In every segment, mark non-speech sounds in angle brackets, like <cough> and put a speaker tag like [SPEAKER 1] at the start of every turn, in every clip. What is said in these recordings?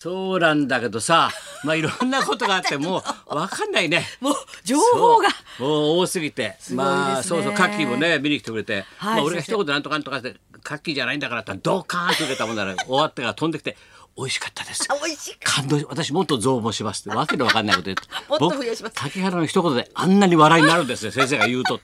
[SPEAKER 1] そうなんだけど
[SPEAKER 2] <laughs>
[SPEAKER 1] さ、まあいろんなことがあってもうわかんないね。
[SPEAKER 2] もう情報が
[SPEAKER 1] そうもう多すぎて、
[SPEAKER 2] ごいですね
[SPEAKER 1] まあそうそうカッキーもね見に来てくれて、
[SPEAKER 2] はい
[SPEAKER 1] まあ俺が
[SPEAKER 2] 先生
[SPEAKER 1] 一言なんとかなんとかってカッキーじゃないんだからってドカーンって受けたもんなら終わってから飛んできて美味しかったです。
[SPEAKER 2] あ美味しい
[SPEAKER 1] 感動し私もっと増毛しますってわけのわかんないこと言って
[SPEAKER 2] <laughs> もっと増やしま
[SPEAKER 1] 僕
[SPEAKER 2] す
[SPEAKER 1] 竹原の一言であんなに笑いになるんですよ先生が言うと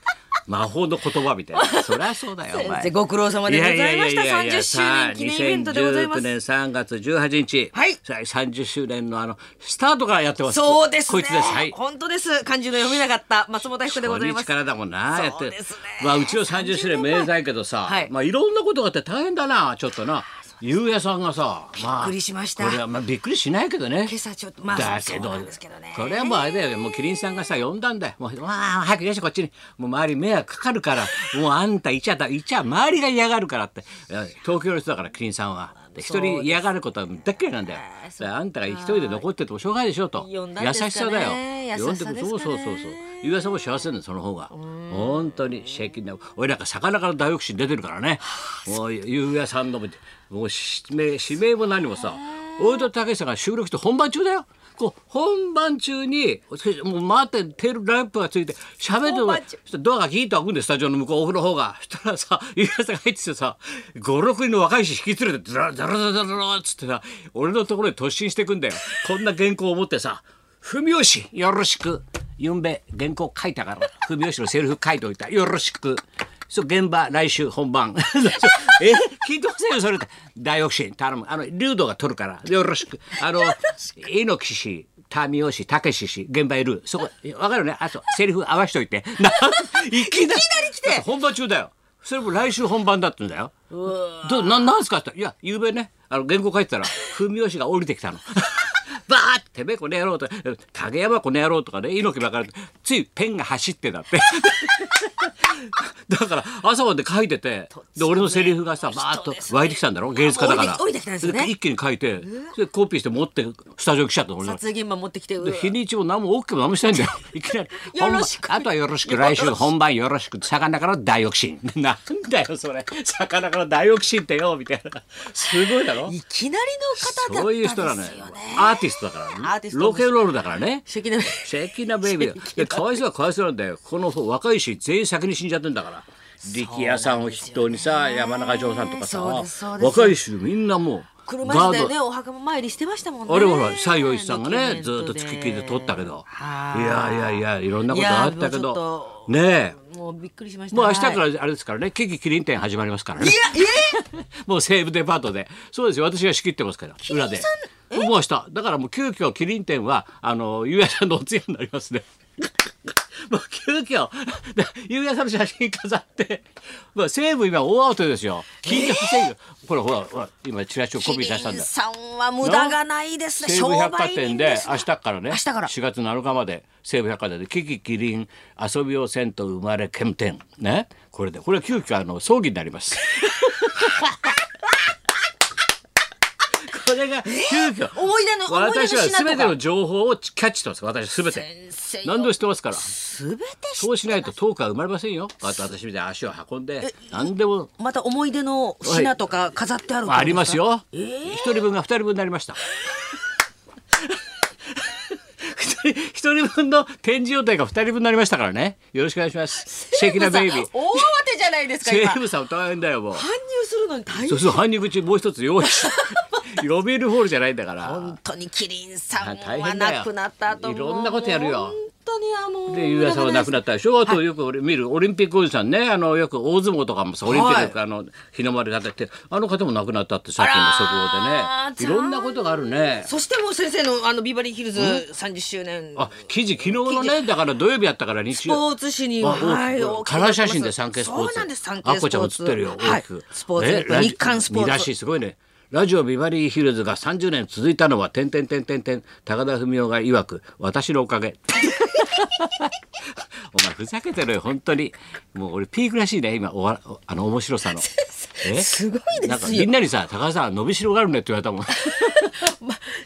[SPEAKER 1] 魔法の言葉みたいなそりゃそうだよお
[SPEAKER 2] 先
[SPEAKER 1] 前
[SPEAKER 2] 生ご苦労様でございました
[SPEAKER 1] やややや
[SPEAKER 2] 30周年記念イベントでございま
[SPEAKER 1] 2019
[SPEAKER 2] す
[SPEAKER 1] 年3月18日、
[SPEAKER 2] はい
[SPEAKER 1] さ30周年のあのスタートからやってます。
[SPEAKER 2] そうです
[SPEAKER 1] こ
[SPEAKER 2] ね
[SPEAKER 1] いつです。はい。
[SPEAKER 2] 本当です漢字の読めなかった松本彦でございま
[SPEAKER 1] 初
[SPEAKER 2] す
[SPEAKER 1] 日からだもんな。やって
[SPEAKER 2] そうですね
[SPEAKER 1] まあうちの30周年めでたいけどさ、
[SPEAKER 2] はい
[SPEAKER 1] まあいろんなことがあって大変だなちょっとな。ゆうやさんがさ、まあ
[SPEAKER 2] びっくりしました
[SPEAKER 1] これはまあびっくりしないけどね。
[SPEAKER 2] 今朝ちょっとまあ
[SPEAKER 1] だけ
[SPEAKER 2] そう
[SPEAKER 1] ど
[SPEAKER 2] なんですけどね
[SPEAKER 1] これはもうあれだよもうキリンさんがさ呼んだんだよもうわあ早くよしこっちにもう周り迷惑かかるからもうあんたいちゃだいちゃ周りが嫌がるからっていや東京の人だからキリンさんはで一人嫌がることはだっけなんだよ
[SPEAKER 2] あーそ
[SPEAKER 1] だからあんたが一人で残っててもしょうがないでしょと
[SPEAKER 2] 呼んだん
[SPEAKER 1] 優
[SPEAKER 2] ですかね
[SPEAKER 1] しさだよ
[SPEAKER 2] 優しさですかね
[SPEAKER 1] 呼んもそうそうそうそうゆうやさんも幸せなんだよその方が本当にシェキンな俺なんか魚から大浴身出てるからねもうゆうやさんのももう指名指名も何もさ大戸武さんが収録して本番中だよこう本番中にもう回ってテールランプがついて喋って
[SPEAKER 2] 本
[SPEAKER 1] る
[SPEAKER 2] 番中
[SPEAKER 1] そしたらドアがギーッと開くんでスタジオの向こうオフの方が <laughs> そしたらさゆうやさんが入ってきてさ56人の若い人引き連れてザラザラザラザラっつってさ俺のところに突進してくんだよこんな原稿を持ってさ「文吉よろしく」「ゆんべ原稿書いたから文吉のセリフ書いておいたよろしく」そう現場来週本 <laughs> 番え聞いてませんよそれって大躍進頼むあの竜道が取るからよろしくあの猪木氏民生氏武志氏現場いるそこえわかるねあとセリフ合わしとい <laughs> てないきなり来て本番中だよそれも来週本番だったんだよどななんすかって言ったらいや昨べねあの原稿書いてた
[SPEAKER 2] <laughs>
[SPEAKER 1] ら文雄氏が降りてきたのバーっててめえこの野郎とか影山この野郎とかね猪木ばっかりついペンが走ってたって
[SPEAKER 2] <laughs>
[SPEAKER 1] だから朝まで書いててで俺のセリフがさバーッと湧いてきたんだろ芸術家だから
[SPEAKER 2] もう降りて降りてきたんですね
[SPEAKER 1] 一気に書いてそれコピーして持ってスタジオ来ちゃったの俺の
[SPEAKER 2] 撮影現場持ってきてうわ
[SPEAKER 1] で日にちも何も大きくも何もしてないんだ
[SPEAKER 2] <laughs>
[SPEAKER 1] よ。いきなり。
[SPEAKER 2] よろしく
[SPEAKER 1] 本番あとはよろしく。来週本番よろしく。魚からの大躍進。 <laughs> なんだよそれ。魚からの大躍進ってよみたいな。すごいだろ。
[SPEAKER 2] いきなりの方だったんですよね
[SPEAKER 1] そういう人なのよ。アーティストだから
[SPEAKER 2] アーテ
[SPEAKER 1] ね。
[SPEAKER 2] ィスト
[SPEAKER 1] ロケロールだからね。
[SPEAKER 2] <laughs> 素敵な
[SPEAKER 1] シェキナベイビーだよ。でかわいそうはかわいそうなんだよ。この若いし全員先に死んじゃってんだから。力也さんを筆頭にさ、山中城さんとかさ、
[SPEAKER 2] そうですそうです
[SPEAKER 1] 若い衆みんなもう。
[SPEAKER 2] 車椅子でねお墓参りしてましたもんね
[SPEAKER 1] あれほら西洋一さんがねずーっと
[SPEAKER 2] ドキ
[SPEAKER 1] 付
[SPEAKER 2] ュメ
[SPEAKER 1] き
[SPEAKER 2] ン
[SPEAKER 1] っきり
[SPEAKER 2] トで
[SPEAKER 1] で撮ったけど
[SPEAKER 2] はい
[SPEAKER 1] やいやいやいろんなこと
[SPEAKER 2] いや
[SPEAKER 1] あったけ
[SPEAKER 2] もうち
[SPEAKER 1] ど
[SPEAKER 2] ょっと
[SPEAKER 1] ねえ
[SPEAKER 2] もうびっくりしました
[SPEAKER 1] もう明日か
[SPEAKER 2] はい
[SPEAKER 1] らあれですからねキキキリン店始まりますからね
[SPEAKER 2] いやいや
[SPEAKER 1] もう西武デパートでそうですよ私が仕切ってますから裏でもう明日だからもう急遽キリン店はあのゆうやさんのお通夜になりますね <laughs> もう急遽 <laughs> でゆうやさんの写真飾ってまあ西武今大アウトですよ聞いてませんよほらほらほら今チラシをコピー出したんだ
[SPEAKER 2] さんは無駄がないですね
[SPEAKER 1] 西
[SPEAKER 2] 商
[SPEAKER 1] 武百貨
[SPEAKER 2] 売
[SPEAKER 1] 店
[SPEAKER 2] 人
[SPEAKER 1] で
[SPEAKER 2] です
[SPEAKER 1] 明日からね
[SPEAKER 2] 明日から
[SPEAKER 1] 4月7日まで西武百貨店で「キキキリン遊びをせんと生まれけんてん」ねこれでこれは急遽あの葬儀になりますこれが急遽
[SPEAKER 2] 思い出の思い出の
[SPEAKER 1] 私は
[SPEAKER 2] 品とか
[SPEAKER 1] 全ての情報をキャッチしてます私全て
[SPEAKER 2] 先生
[SPEAKER 1] 何度してますから
[SPEAKER 2] すべてし
[SPEAKER 1] そうしないとトークは生まれませんよあと私みたいに足を運んで何でも
[SPEAKER 2] また思い出の品とか飾ってあるってことですか
[SPEAKER 1] ありますよ。一、人分が二人分になりました。 <laughs> 一人一人分の展示予定が二人分になりましたからね。よろしくお願いします。シェキナベイビ
[SPEAKER 2] 大
[SPEAKER 1] ー
[SPEAKER 2] 慌。てじゃないですか
[SPEAKER 1] セー
[SPEAKER 2] 今搬入
[SPEAKER 1] ブさん大変だよもう。
[SPEAKER 2] するのに大
[SPEAKER 1] そ
[SPEAKER 2] 変
[SPEAKER 1] うそう搬入口もう一つ用意
[SPEAKER 2] <laughs>
[SPEAKER 1] して。呼べるホールじゃないんだから。
[SPEAKER 2] 本当にキリンさん
[SPEAKER 1] 大
[SPEAKER 2] は
[SPEAKER 1] 変だよ
[SPEAKER 2] 亡くなった後も
[SPEAKER 1] いろんなことやるよ
[SPEAKER 2] 本当にあもう
[SPEAKER 1] で、ゆうやさんは亡くなったでしょ。あとよく俺見るオリンピックおじさんね、あのよく大相撲とかもさ、オリンピックよくあの日の丸が立って、あの方も亡くなったってさっきの
[SPEAKER 2] あら
[SPEAKER 1] 速報で
[SPEAKER 2] ー
[SPEAKER 1] ね、いろんなことがあるね。
[SPEAKER 2] そしてもう先生のあのビバリーヒルズ30周年
[SPEAKER 1] あ、記事昨日のね、だから土曜日やったから日
[SPEAKER 2] ス
[SPEAKER 1] 曜。
[SPEAKER 2] ポーツ紙に
[SPEAKER 1] あ
[SPEAKER 2] はい
[SPEAKER 1] 大き
[SPEAKER 2] 大き
[SPEAKER 1] く
[SPEAKER 2] く
[SPEAKER 1] カラー写真で
[SPEAKER 2] 載って
[SPEAKER 1] 産経
[SPEAKER 2] ます
[SPEAKER 1] スポーツ。
[SPEAKER 2] そうなんです産経
[SPEAKER 1] あっ
[SPEAKER 2] スポ
[SPEAKER 1] こ
[SPEAKER 2] ー
[SPEAKER 1] ち
[SPEAKER 2] ツ
[SPEAKER 1] ゃん映ってるよ、
[SPEAKER 2] は
[SPEAKER 1] 大
[SPEAKER 2] い
[SPEAKER 1] きく。
[SPEAKER 2] スポーツ
[SPEAKER 1] ねラジ
[SPEAKER 2] 日刊スポーツ
[SPEAKER 1] 見出しすごいね。ラジオビバリーヒルズが30年続いたのは、てんてんてんてんてん、高田文夫が曰く、私のおかげ。 <laughs> お前ふざけてるよ、本当に。もう俺ピークらしいね、今、おわあの面白さの。え
[SPEAKER 2] <laughs> すごいですよ
[SPEAKER 1] なんかみんなにさ、高田さん、伸びしろがあるねって言われたもん。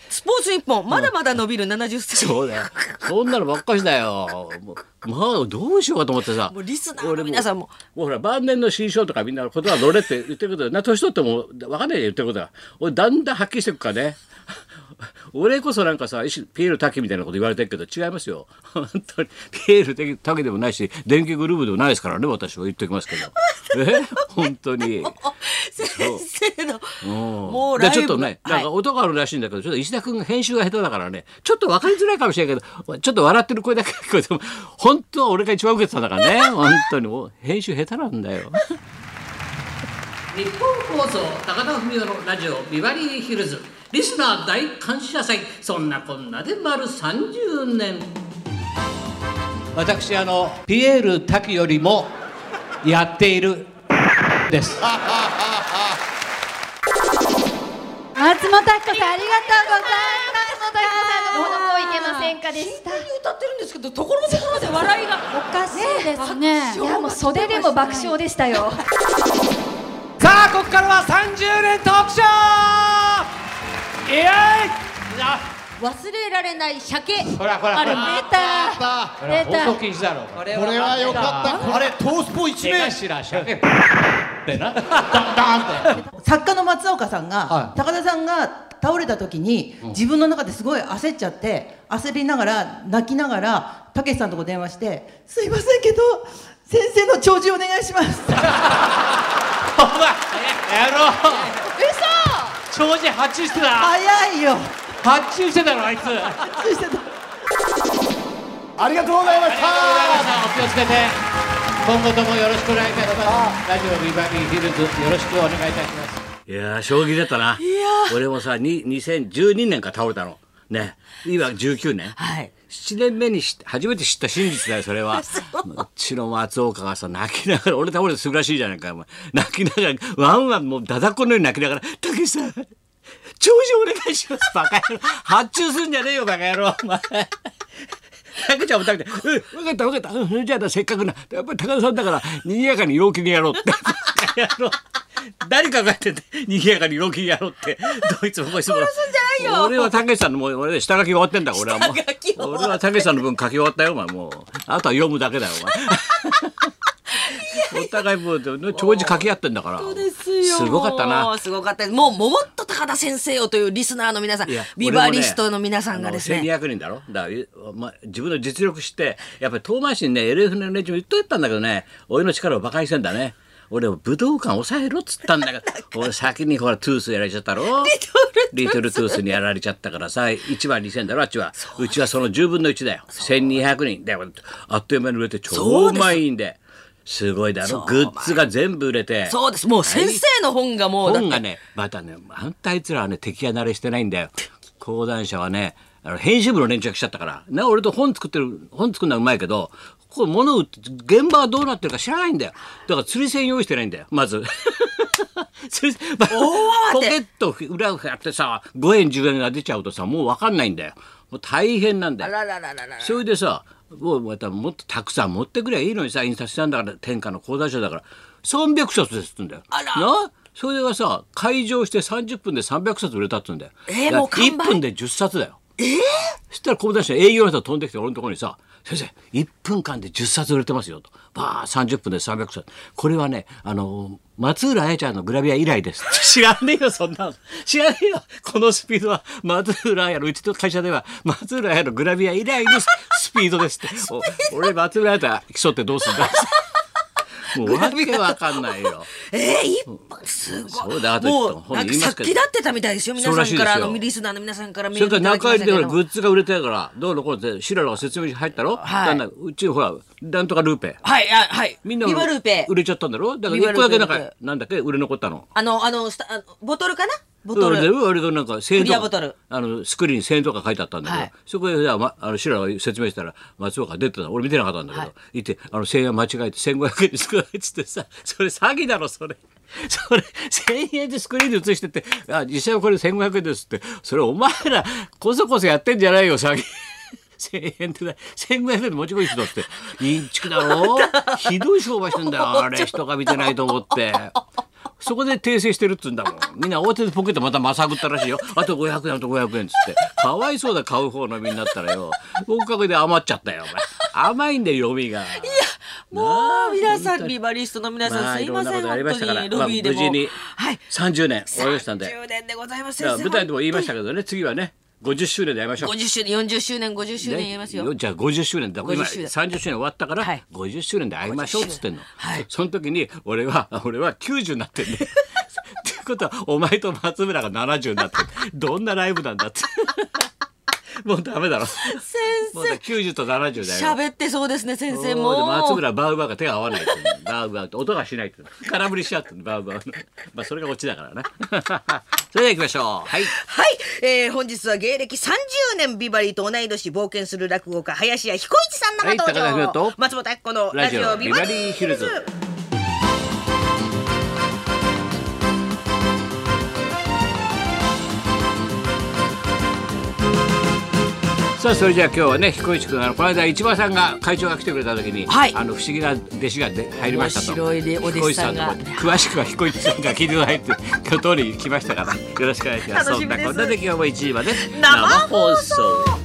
[SPEAKER 2] スポーツ一本まだまだ伸びる70歳
[SPEAKER 1] そうだよ。そんなのばっかしだよ。もうまあどうしようかと思ってさ。
[SPEAKER 2] もうリスナーの皆さんも
[SPEAKER 1] もうほら晩年の新章とかみんな言葉乗れって言ってることだよな年取っても分かんないよ言ってることが俺だんだんはっきりしてくからね <laughs> 俺こそなんかさ一種ピエール竹みたいなこと言われてるけど違いますよ <laughs> 本当にピエール竹でもないし電気グループでもないですからね私は言っておきますけどえ本当に。
[SPEAKER 2] 先生の
[SPEAKER 1] うん
[SPEAKER 2] もう
[SPEAKER 1] で
[SPEAKER 2] ライ
[SPEAKER 1] ち
[SPEAKER 2] ブ
[SPEAKER 1] ょっとね、
[SPEAKER 2] は
[SPEAKER 1] ないんか音があるらしいんだけど、ちょっと石田君が編集が下手だからね、ちょっと分かりづらいかもしれないけど、ちょっと笑ってる声だけ聞こえても、本当は俺が一番受けてたんだから <laughs> ね、本当にもう編集下手なんだよ。日本放送高田文夫のラジオビバリーヒルズリスナー大感謝祭そんなこんなで丸30年私あのピエール滝よりもやっているです
[SPEAKER 3] 松本明子さんありがとうございます。松本明子さんのものもいけませんかでした。
[SPEAKER 2] 何歌ってるんですけどところどころで笑いが
[SPEAKER 3] おかしいですね。い
[SPEAKER 2] 爆笑
[SPEAKER 3] やもう袖でも爆笑でしたよ。
[SPEAKER 4] さあここからは30年トークショーイエーイあ
[SPEAKER 5] 忘れられない鮭
[SPEAKER 4] ほらほら
[SPEAKER 5] あれ
[SPEAKER 4] ほら
[SPEAKER 3] 出た
[SPEAKER 6] あ
[SPEAKER 4] ほら
[SPEAKER 3] 出た
[SPEAKER 4] 放送禁止だろこれ
[SPEAKER 6] これはよかった。あれ、トースポ一
[SPEAKER 4] 目
[SPEAKER 6] 名。
[SPEAKER 4] 頭しゃべってなダンダンって
[SPEAKER 7] 作家の松岡さんが、
[SPEAKER 4] はい
[SPEAKER 7] 高田さんが倒れた時に、自分の中ですごい焦っちゃって焦りながら泣きながらたけしさんとこ電話して「すいませんけど先生の弔辞お願いします」
[SPEAKER 4] お前やろう長寿発注してた
[SPEAKER 7] 早いよ
[SPEAKER 4] 発注してたろあいつ
[SPEAKER 7] そして
[SPEAKER 6] ありがとうございまし
[SPEAKER 4] 皆さんお
[SPEAKER 6] た。
[SPEAKER 4] 気をつけて今後ともよろしくお願いいたしますラジオビバリーヒルズよろしくお願いいたします
[SPEAKER 1] いやー衝撃だったな俺もさに2012年から倒れたのね今19年、
[SPEAKER 2] はい
[SPEAKER 1] 7年目にし初めて知った真実だよそれはうちの松岡がさ泣きながら俺倒れてすぐらしいじゃないかお前泣きながらワンワンもうだだっこのように泣きながら「たけしさん長寿お願いします」バカ野郎発注すんじゃねえよバカ野郎お前。たけちゃんも食べて「うん分かった分かったうんじゃあなせっかくなやっぱり高田さんだから賑やかに陽気にやろう」ってやろう <laughs> 誰かがやってて賑やかに陽気にやろうってドイツもこいつも殺すんじゃないよ俺はたけしさんのもう俺下書き終わってんだ俺はも
[SPEAKER 2] 下書き終わ
[SPEAKER 1] う
[SPEAKER 2] って
[SPEAKER 1] 俺はたけしさんの分書き終わったよお前もうあとは読むだけだよお前お互いもう長寿書き合ってんだから
[SPEAKER 2] ですよ
[SPEAKER 1] ごかったな
[SPEAKER 2] すごかったですもうもっと高田先生をというリスナーの皆さん
[SPEAKER 1] いや
[SPEAKER 2] ビバリストの皆さんがですね
[SPEAKER 1] 俺もあの1200人だろだから、ま、自分の実力知ってやっぱり遠回しにね LF の連中も言っとやったんだけどね俺の力を馬鹿にしてんだね俺を武道館抑えろっつったん
[SPEAKER 2] <laughs>
[SPEAKER 1] だけど俺先にほらトゥースやられちゃったろリトルトゥースにやられちゃったからさ1万2000だろあっちはうちはその10分の1だよ1200人であっという間に売れて超うまいんですごいだろグッズが全部売れて
[SPEAKER 2] そうですもう先生の本がもうだっ
[SPEAKER 1] 本
[SPEAKER 2] て
[SPEAKER 1] がねまたね反対あいつらはね敵や慣れしてないんだよ講談社はねあの編集部の連中が来ちゃったからな俺と本作ってる本作るのはうまいけどここ物売って現場はどうなってるか知らないんだよだから釣り線用意してないんだよまず <laughs> 釣り銭ま
[SPEAKER 2] 慌て
[SPEAKER 1] ポケット裏をやってさ5円10円が出ちゃうとさもう分かんないんだよもう大変なんだ
[SPEAKER 2] あ
[SPEAKER 1] よ
[SPEAKER 2] らららららら
[SPEAKER 1] それでさもうまたもっとたくさん持ってくりゃいいのにさ印刷したんだから天下の講談社だから300冊ですっつうんだよ。
[SPEAKER 2] あら
[SPEAKER 1] なそれがさ開場して30分で300冊売れたっつうんだよ。
[SPEAKER 2] えー
[SPEAKER 1] だ
[SPEAKER 2] もう
[SPEAKER 1] から
[SPEAKER 2] 完売
[SPEAKER 1] 1分で10冊だよ。えそしたら講談社の営業の人が飛んできて俺のところにさ「先生1分間で10冊売れてますよ」と「ばあ30分で300冊これはねあの松浦彩ちゃんのグラビア以来です」 <laughs> 知らねえよそんなの知らねえよこのスピードは松浦彩のうちの会社では松浦彩のグラビア以来のス <laughs> スピードですってお俺松浦彩と競ってどうすん <laughs> だもうわけわかんないよ。
[SPEAKER 2] えー、一本すごい
[SPEAKER 1] そうだあとちょっと
[SPEAKER 2] もう
[SPEAKER 1] 本
[SPEAKER 2] な
[SPEAKER 1] 人
[SPEAKER 2] ん
[SPEAKER 1] 言
[SPEAKER 2] か
[SPEAKER 1] います
[SPEAKER 2] 殺
[SPEAKER 1] けど
[SPEAKER 2] 気立ってたみたいですよ皆
[SPEAKER 1] そう
[SPEAKER 2] さ
[SPEAKER 1] らしい
[SPEAKER 2] ん
[SPEAKER 1] で
[SPEAKER 2] か
[SPEAKER 1] すよ
[SPEAKER 2] らあのリスナーの皆さんからメ
[SPEAKER 1] そ
[SPEAKER 2] ー
[SPEAKER 1] れ
[SPEAKER 2] ル
[SPEAKER 1] から
[SPEAKER 2] い
[SPEAKER 1] 中入り
[SPEAKER 2] ただきましたけ
[SPEAKER 1] でほ
[SPEAKER 2] ど
[SPEAKER 1] らグッズが売れてるからどうのこうのってシララが説明書に入ったろ、
[SPEAKER 2] はい
[SPEAKER 1] だんだんうちほらなんとかルーペ
[SPEAKER 2] はいあはい
[SPEAKER 1] みんな
[SPEAKER 2] ビバルーペ
[SPEAKER 1] 売れちゃったんだろだから
[SPEAKER 2] ビバ
[SPEAKER 1] 一
[SPEAKER 2] ル
[SPEAKER 1] 個
[SPEAKER 2] ー
[SPEAKER 1] だ
[SPEAKER 2] ペ
[SPEAKER 1] けなん
[SPEAKER 2] ルー
[SPEAKER 1] か
[SPEAKER 2] ペ
[SPEAKER 1] なんだっけ売れ残ったの。
[SPEAKER 2] あのあのスタあのボトルかなボト
[SPEAKER 1] 俺
[SPEAKER 2] ル
[SPEAKER 1] 割となんか1000円
[SPEAKER 2] クリアボトル
[SPEAKER 1] とかあのスクリーン1000円とか書いてあったんだけど、
[SPEAKER 2] はい
[SPEAKER 1] そこでじゃあ,、ま、あのシララが説明したら松岡が出てたの俺見てなかったんだけど、、
[SPEAKER 2] はい
[SPEAKER 1] てあの1000円間違えて1500円で少ないっつって <laughs> さそれ詐欺だろそれ。それ1000円でスクリーンに映してってあ実際はこれ1500円ですってそれお前らこそこそやってんじゃないよ詐欺。1000円で1500円で持ち込み人だってインチキだろ
[SPEAKER 2] <laughs>
[SPEAKER 1] ひどい商売してんだよあれ人が見てないと思ってそこで訂正してるっつうんだもんみんな慌ててポケットまたまさぐったらしいよあと500円あと500円っつってかわいそうだ買う方のみんなだったらよおかげで余っちゃったよお前甘いんだよ読みが。
[SPEAKER 2] もう皆さんビバリストの皆さんすいません
[SPEAKER 1] いろなことありま
[SPEAKER 2] 本
[SPEAKER 1] したか
[SPEAKER 2] 当
[SPEAKER 1] ら
[SPEAKER 2] にロビーで
[SPEAKER 1] ま
[SPEAKER 2] も
[SPEAKER 1] あ無事に
[SPEAKER 2] はい
[SPEAKER 1] 30年終わりましたんで
[SPEAKER 2] 30年でございます
[SPEAKER 1] だから舞台でも言いましたけどね次はね50周年でやりましょう。
[SPEAKER 2] 50周年、40周年、50周年言えますよ。
[SPEAKER 1] ねじゃあ50周年だ今
[SPEAKER 2] 50周年
[SPEAKER 1] 30周年終わったから
[SPEAKER 2] はい
[SPEAKER 1] 50周年で会いましょうっつってんの、
[SPEAKER 2] はい
[SPEAKER 1] そその時に俺は <laughs> 俺は90にな
[SPEAKER 2] <laughs>
[SPEAKER 1] ってんねってことはお前と松村が70になってるどんなライブなんだ
[SPEAKER 2] <laughs>
[SPEAKER 1] ってもうダメだろ
[SPEAKER 2] 先
[SPEAKER 1] もうだ90と70だよ
[SPEAKER 2] 喋ってそうですね、先生
[SPEAKER 1] そうで
[SPEAKER 2] も。
[SPEAKER 1] 松村はバウバウが手が合わないっていうのバウバウと音がしないっていうの空振りしちゃうっていうのバウバウのまあそれがオチだからね <laughs> それでは行きましょうはい
[SPEAKER 2] はい、えー、本日は芸歴30年ビバリーと同い年冒険する落語家林家彦一さん
[SPEAKER 1] は
[SPEAKER 2] が
[SPEAKER 1] い
[SPEAKER 2] 登
[SPEAKER 1] 高田文
[SPEAKER 2] 場、
[SPEAKER 1] 夫と
[SPEAKER 2] 松本明子のラジオビバリーヒルズ
[SPEAKER 1] ラジオビさあそれじゃあ今日はね彦一君あのこの間市場さんが会長が来てくれた時に、
[SPEAKER 2] はい
[SPEAKER 1] あの不思議な弟子がで入りましたと
[SPEAKER 2] 面白いねお弟子さんが
[SPEAKER 1] 彦一と詳しくは彦一さんが聞いてくださいって今日通り来ましたからよろしくお願いします
[SPEAKER 2] 楽しみです
[SPEAKER 1] そんなこんなで今日も1時まで
[SPEAKER 2] 生放送
[SPEAKER 1] 生放送